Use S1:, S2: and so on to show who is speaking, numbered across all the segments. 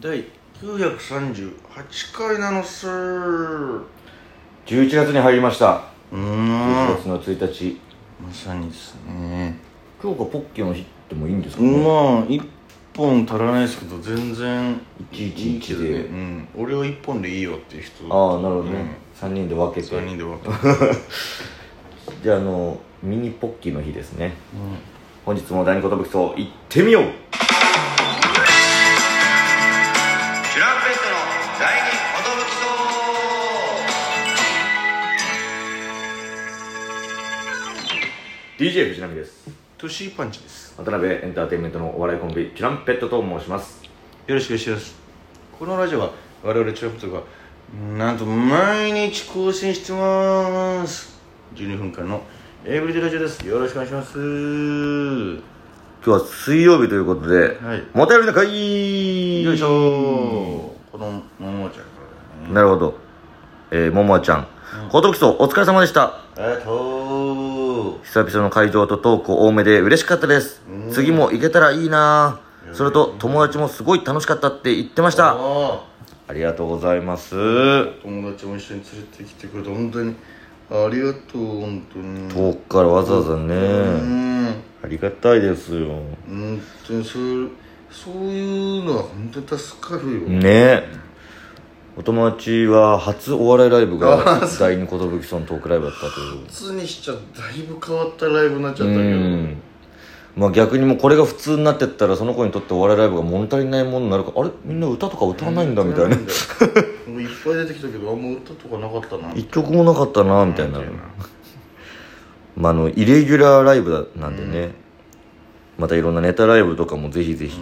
S1: 第938回なのっすう
S2: 11月に入りました
S1: ーん
S2: 11月の1日
S1: まさにですね
S2: 今日がポッキーの日ってもいいんですかね
S1: まあ一本足らないですけど全然
S2: 111
S1: けどね
S2: で
S1: うん、俺は一本でいいよっていう人
S2: ああなるほど
S1: うん
S2: ね3人で分けて
S1: 3人で分けて、
S2: じゃああのミニポッキーの日ですね本日も第二寿荘行ってみよう
S1: チュランペットの第二音
S2: DJ 藤波です
S1: トシーパンチです
S2: 渡辺エンターテインメントのお笑いコンビチュランペットと申します
S1: よろしくお願いしますこのラジオは我々チュランペットがなんと毎日更新してます12分間のエイブリデイラジオですよろしくお願いします
S2: 今日は水曜日ということで
S1: はい
S2: またよりの会
S1: よいしょこのももちゃんからだね
S2: なるほどえー、ももあちゃん寿荘お疲れ様でした
S1: ありがとう
S2: 久々の会場とトーク多めで嬉しかったです次も行けたらいいなあそれと友達もすごい楽しかったって言ってました
S1: あ
S2: ありがとうございます
S1: ー友達も一緒に連れてきてくれて本当にありがとう本当に
S2: 遠くからわざわざね、
S1: うん
S2: ありがたいですよ
S1: 本当にそういうそういうのは本当に助かるよ、
S2: ねえお友達は初お笑いライブが第二寿荘のトークライブだったという
S1: 普通にしちゃだいぶ変わったライブになっちゃったけど、
S2: うんまあ逆にもうこれが普通になってったらその子にとってお笑いライブが物足りないものになるからあれみんな歌とか歌わないんだみたいな
S1: もういっぱい出てきたけどあんま歌とかなかったな
S2: 一曲もなかったなみたいなまあ、あのイレギュラーライブだなんでね、またいろんなネタライブとかもぜひぜひ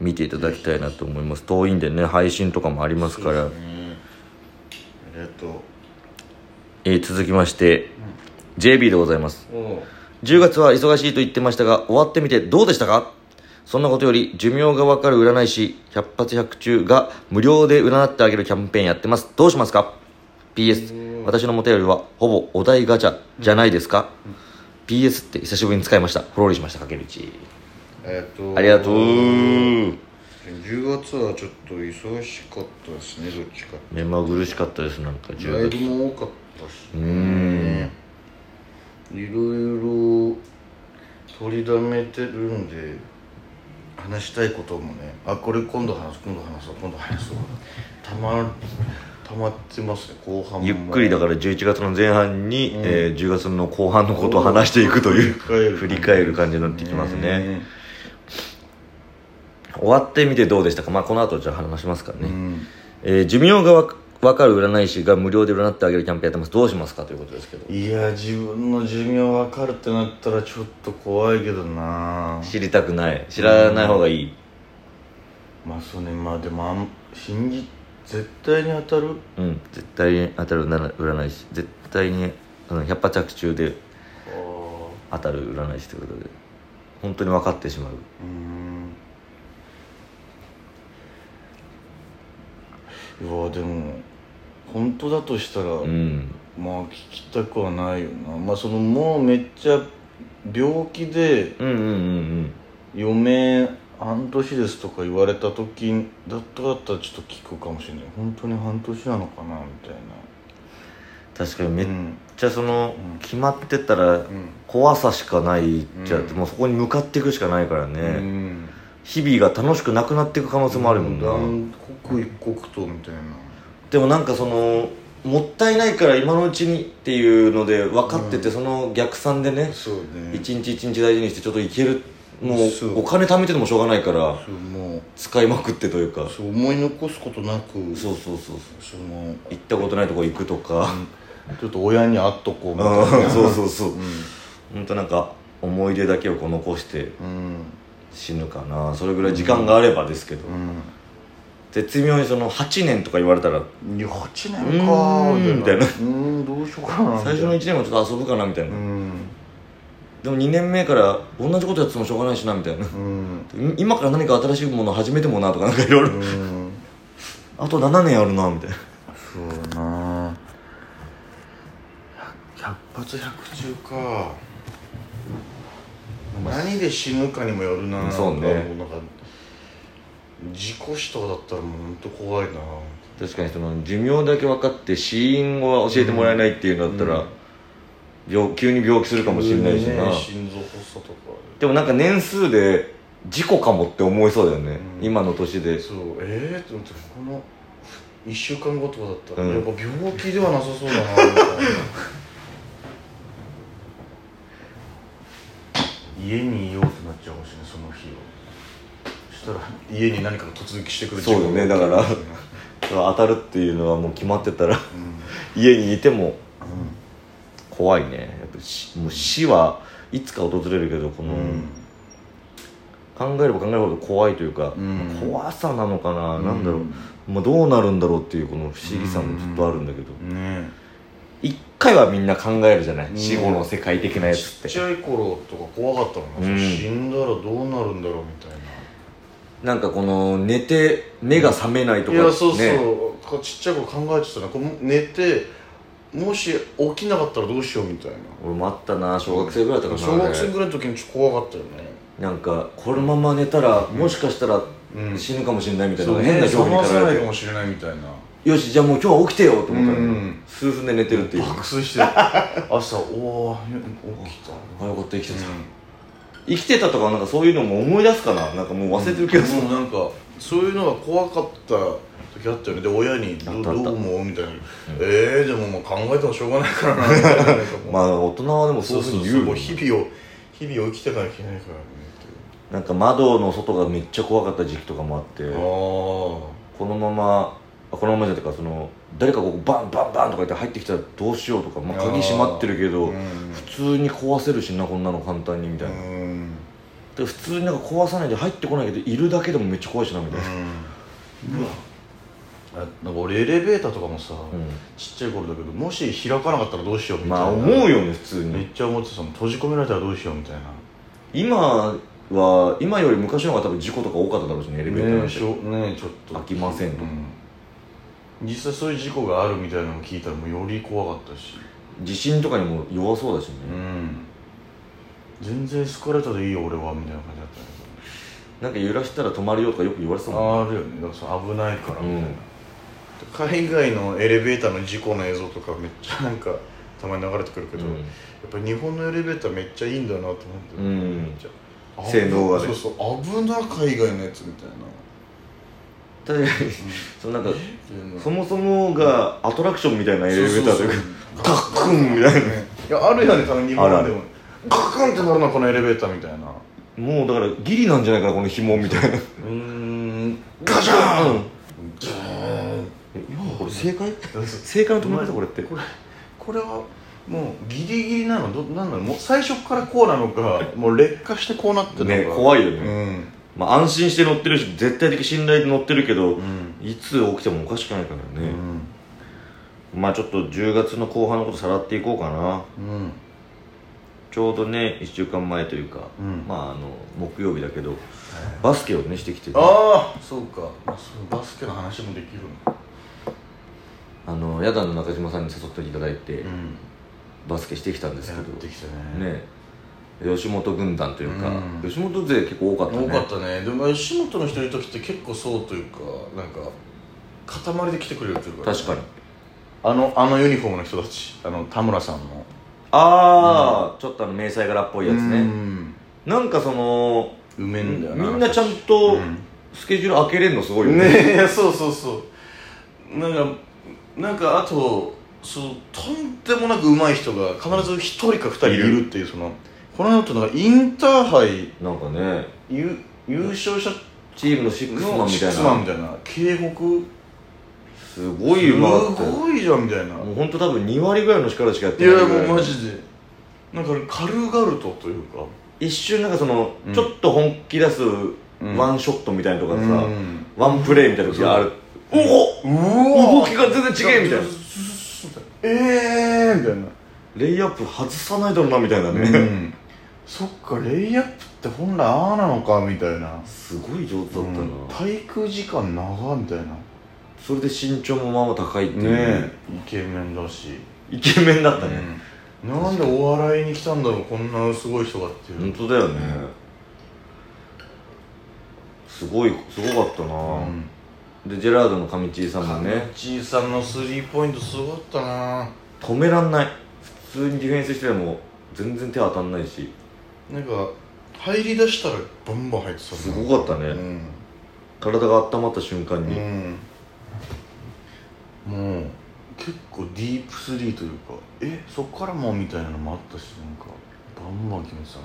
S2: 見ていただきたいなと思います遠いんでね配信とかもありますから、
S1: うんありがとう
S2: えー続きまして、JB でございます
S1: おう
S2: 10月は忙しいと言ってましたが終わってみてどうでしたかそんなことより寿命がわかる占い師百発百中が無料で占ってあげるキャンペーンやってますどうしますか PS 私のモテよりはほぼお題ガチャじゃないですか、PS って久しぶりに使いましたフローリしましたかけるち
S1: ありがとう
S2: ありがとう
S1: 10月はちょっと忙しかったですねどっちか
S2: 目まぐるしかったですなんか10
S1: ライ
S2: 月
S1: ブも多かったしねいろいろ取りだめてるんで話したいこともねあこれ今度話す今度話そう今度話そうたまたまってますね後半も
S2: ゆっくりだから11月の前半に、えー10月の後半のことを話していくという
S1: 振り返る
S2: 振り返る感じになってきますね、終わってみてどうでしたか、まあ、この後じゃあ話しますからね、
S1: うん
S2: えー寿命がわ分かる占い師が無料で占ってあげるキャンペーンやってますどうしますかということですけど
S1: いや自分の寿命分かるってなったらちょっと怖いけどな
S2: 知りたくない知らない方がいい、
S1: まあそうねまあでもあん信じ絶対に当たる
S2: うん絶対に当たるなら占い師絶対にあの百発百中で当たる占い師ということで本当に分かってしまう
S1: うーんいやでも本当だとしたら、
S2: うん
S1: まあ聞きたくはないよなまあそのもうめっちゃ病気で
S2: うんうんうん
S1: 余命半年ですとか言われた時だったらちょっと聞くかもしれない本当に半年なのかなみたい
S2: 確かにめっ
S1: なうん
S2: ちゃその、
S1: うん
S2: 決まってったら
S1: うん
S2: 怖さしかないじゃん、
S1: うん
S2: もうそこに向かっていくしかないからね、
S1: うん
S2: 日々が楽しくなくなっていく可能性もあるもんな、
S1: 断刻一刻とみたいな
S2: でもなんかそのもったいないから今のうちにっていうので分かってて、その逆算でね
S1: そうね
S2: 一日一日大事にしてちょっといけるも
S1: そう
S2: うお金貯めててもしょうがないから
S1: そうもう
S2: 使いまくってというか
S1: そう思い残すことなく
S2: そうそうそうそう
S1: その
S2: 行ったことないとこ行くとか、
S1: ちょっと親に会っとこうみたいな
S2: あそうそうそう、ほんとなんか思い出だけをこう残して
S1: うん
S2: 死ぬかなそれぐらい時間があればですけど、絶妙にその8年とか言われたら
S1: うんいや8年か
S2: ーん
S1: みたいな
S2: みたいな
S1: うーんどうしようかなみたい
S2: 最
S1: な
S2: 初の1年もちょっと遊ぶかなみたい
S1: う
S2: な、
S1: ん
S2: でも2年目から同じことやっててもしょうがないしなみたいな
S1: うん
S2: ん今から何か新しいものを始めてもなとかなんかいろいろ
S1: うん
S2: あと7年あるなみたいな
S1: そうだな百発百中か何で死ぬかにもよるな
S2: そうね
S1: なんか事故死とかだったらもうほんと怖いな
S2: 確かにその寿命だけ分かって死因を教えてもらえないっていうんだったら、病急に病気するかもしれないしな、
S1: ね心臓発作とか
S2: でもなんか年数で事故かもって思いそうだよね、
S1: うん
S2: 今の年で
S1: そうええー、って思ってこの1週間後とかだったら、
S2: うん
S1: やっぱ病気ではなさそうだなみ たいな家にいようってなっちゃうかもしれないその日はそしたら家に何かが突撃してくる
S2: そうよねだから
S1: 自分が
S2: 当たるっていうのはもう決まってたら、 家にいても怖いねやっぱ死もう死はいつか訪れるけどこの、考えれば考えるほど怖いというか、
S1: うん
S2: 怖さなのかな、
S1: うん
S2: なんだろう、まあ、どうなるんだろうっていうこの不思議さもずっとあるんだけど
S1: うんね
S2: 一、回はみんな考えるじゃない、
S1: うん
S2: 死後の世界的なやつ
S1: ち
S2: っ
S1: っち
S2: て
S1: ゃい頃とか怖かったもん、
S2: うん
S1: 死んだらどうなるんだろうみたいな
S2: なんかこの寝て目が覚めないとか
S1: いやそうそう、
S2: ね
S1: こうちっちゃい頃考えてたねこう寝てもし起きなかったらどうしようみたいな
S2: 俺もあったな小学生ぐらいだったか
S1: 小
S2: な
S1: 学
S2: あれ
S1: 生ぐらいの時にちょっと怖かったよね
S2: なんかこのまま寝たらもしかしたら
S1: うん
S2: 死ぬかもしれないみたいな、
S1: そう
S2: 変な恐
S1: 覚
S2: 怖に
S1: さ
S2: 駆ら
S1: ない
S2: れ
S1: か
S2: て
S1: もしれないみたいな
S2: よしじゃあもう今日は起きてよと思ったら、
S1: うん
S2: 数分で寝てるっていう、
S1: 爆睡して朝おお起きた
S2: あよかった生きてた、生きてたとかなんかそういうのも思い出すかななんかもう忘れてる気がする、
S1: もうなんかそういうのが怖かった時あったよねで親にど
S2: あ
S1: 「
S2: ったあ
S1: ど
S2: った
S1: う思う?」みたいな「えー、でももう考えてもしょうがないからな」みたいななんかもう
S2: まあ大人はでもそ
S1: そううそう
S2: いうふ
S1: う
S2: に
S1: そう
S2: 言う
S1: も
S2: よ
S1: う
S2: ね
S1: 日々を日々を生きてかなきゃいけないからね
S2: なんか窓の外がめっちゃ怖かった時期とかもあって
S1: って
S2: こ
S1: あ
S2: のままあこのままじゃなくてその誰かここバンバンバンとか言って入ってきたらどうしようとか、まあ、
S1: あー
S2: 鍵閉まってるけ
S1: あ
S2: ど、
S1: うん
S2: 普通に壊せるしなこんなの簡単にみたいな、
S1: うん
S2: で普通になんか壊さないで入ってこないけどいるだけでもめっちゃ怖いしなみたいな、
S1: あなんか俺エレベーターとかもさ、
S2: うん
S1: ちっちゃい頃だけどもし開かなかったらどうしようみたいな
S2: まあ思うよね普通
S1: め
S2: に
S1: っちゃ思ってたもん閉じ込められたらどうしようみたいな
S2: 今は今より昔の方が多分事故とか多かっただろうしねエレベーターなん
S1: ね
S2: て
S1: しょねちょっと
S2: 開きませんと
S1: う
S2: か、
S1: ん実際そういう事故があるみたいなのを聞いたらもうより怖かったし
S2: 地震とかにも弱そうだしね、
S1: うん全然好かれたでいいよ俺はみたいな感じだったんだ
S2: なんか揺らしたら止まるよとかよく言われて
S1: け
S2: た
S1: ど
S2: もん
S1: あるよねだからその危ないから、
S2: うん
S1: 海外のエレベーターの事故の映像とかめっちゃなんかたまに流れてくるけど、
S2: うん
S1: やっぱり日本のエレベーターめっちゃいいんだなと思って、
S2: うん
S1: めっちゃ
S2: 性能がね
S1: そうそう危な海外のやつみたいな
S2: 確かにそのなんか
S1: うん
S2: そもそもがアトラクションみたいなエレベーターというか
S1: そうそうそう
S2: ガックンみたいな
S1: ねいやあるよね多分日
S2: あ
S1: 本で
S2: る
S1: もガクンってなるなこのエレベーターみたいな
S2: もうだからギリなんじゃないかなこの紐みたいな
S1: うーん
S2: ガシャーン
S1: ギーン
S2: え今これ正解
S1: そう
S2: 正解の止め方これって
S1: これこれはもうギリギリなのどなんなのもう最初からこうなのかもう劣化してこうなってるのか
S2: ね怖いよ
S1: う
S2: ね、
S1: ん
S2: まあ、安心して乗ってるし絶対的信頼で乗ってるけど、
S1: ん
S2: いつ起きてもおかしくないか
S1: う
S2: らね、
S1: ん
S2: まあちょっと10月の後半のことさらっていこうかな
S1: うん
S2: ちょうどね1週間前というか、
S1: うん
S2: まああの木曜日だけどバスケをねしてきてて
S1: ああそうかそうバスケの話もできる
S2: あの宿の中島さんに誘っていただいて、
S1: ん
S2: バスケしてきたんですけ
S1: や
S2: ど
S1: ってきたね
S2: ね吉本軍団というか、
S1: うん
S2: 吉本勢結構多かったね
S1: 多かったねでも吉本の人いる時って結構そうというかなんか塊で来てくれるというか、
S2: 確かに
S1: あのあのユニフォームの人たちあの田村さんの
S2: ああ、ちょっとあの迷彩柄っぽいやつね、
S1: うん
S2: なんかその
S1: うめえんだよな
S2: みんなちゃんと
S1: うん
S2: スケジュール開けれるのすごいよね
S1: ねいやそうそうそうなんかなんかあとそうとんでもなく上手い人が必ず1人か2人いるっていうそのこの後なんかインターハイ
S2: なんかね
S1: 優優勝者
S2: チームのシックスマン
S1: の
S2: み
S1: シ
S2: た
S1: ッ
S2: い
S1: クスマン
S2: な
S1: みたいな京北
S2: すごい馬だっ
S1: す
S2: たよ
S1: ごいじゃんみたいな
S2: もう本当多分2割ぐらいの力しかやっ
S1: い
S2: てない
S1: や
S2: ぐら
S1: もうマ
S2: い
S1: ジでなんか軽々とというか
S2: 一瞬なんかその、
S1: うん
S2: ちょっと本気出す
S1: ん
S2: ワンショットみたいなとかさ、
S1: うん
S2: ワンプレーみたいな時があるお
S1: うわ
S2: お動きが全然違えみたいな
S1: ええー、みたいな
S2: レイアップ外さないだろうなみたいなね、
S1: うん、そっかレイアップって本来ああなのかみたいな、
S2: すごい上手だ
S1: う
S2: ったな、
S1: ん、滞空時間長みたいな
S2: それで身長もまあまあ高いっていう、
S1: イケメンだし、
S2: イケメンだったね、
S1: なんでお笑いに来たんだろうこんなすごい人がっていう、
S2: 本当だよね、すごいすごかったな、
S1: うん
S2: でジェラードの上地さんもね
S1: ちいさんのスリーポイントすごかったな
S2: 止めらんない普通にディフェンスしてても全然手当たんないし
S1: なんか入り出したらバンバン入ってた
S2: すごかったね
S1: うん
S2: 体が温まった瞬間に、
S1: うん、もう結構ディープスリーというかえそっからもみたいなのもあったしなんかバンバン決めてたな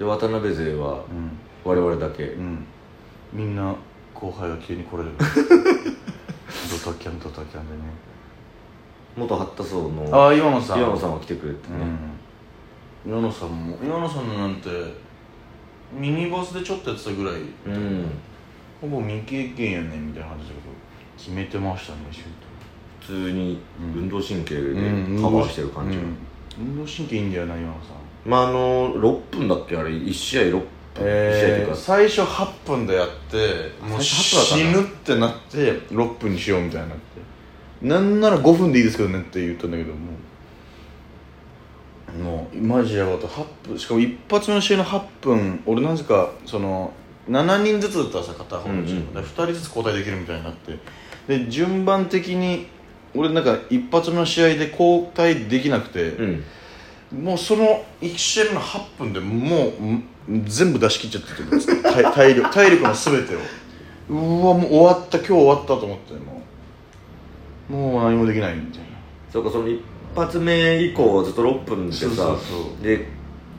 S2: で渡辺勢は
S1: うん
S2: 我々だけ
S1: うんみんな後輩が急に来れる ドタキャンドタキャンでね
S2: 元八田荘の
S1: ああ岩野さん
S2: 岩野さんは来てくれてね、
S1: うん、岩野さんも岩野さんなんてミニバスでちょっとやってたぐらい
S2: うん
S1: ほぼ未経験やねんみたいな話だけど決めてましたねシュート
S2: 普通に運動神経で
S1: うん
S2: カバーしてる感じ、
S1: うん運動神経いいんだよな今野さん
S2: まああの6分だっけあれ1試合6分、1試合というか
S1: 最初8分でやってもう
S2: 最初8
S1: 死
S2: 分
S1: ぬってなって6分にしようみたいになってなんなら5分でいいですけどねって言ったんだけどもうもうマジやばかった8分しかも一発目の試合の8分俺なぜかその7人ずつだったらさ片方のチーム、
S2: うんうん
S1: で2人ずつ交代できるみたいになってで順番的に俺なんか一発目の試合で交代できなくて、
S2: うん
S1: もうその1試合目の8分でもうん全部出し切っちゃってるんですか体体力体力の全てをうわもう終わった今日終わったと思ってもうもう何もできないみたいな
S2: そうかその一発目以降ずっと6分でさ
S1: そうそうそ
S2: で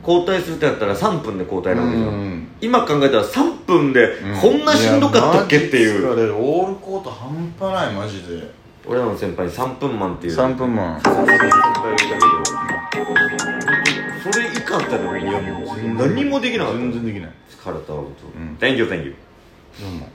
S2: 交代するってやったら3分で交代なわけじゃん、
S1: うん
S2: 今考えたら3分でこんなしんどかったっけっていう、
S1: やマジ疲れるオールコート半端ないマジで
S2: 俺らの先輩に3分マンっていう
S1: 3分マン
S2: 先輩がいたけどそれ以下だったのにいやもう何もできなかった
S1: 全然できない
S2: 疲れたわ本当
S1: うん
S2: Thank you thank you
S1: どうも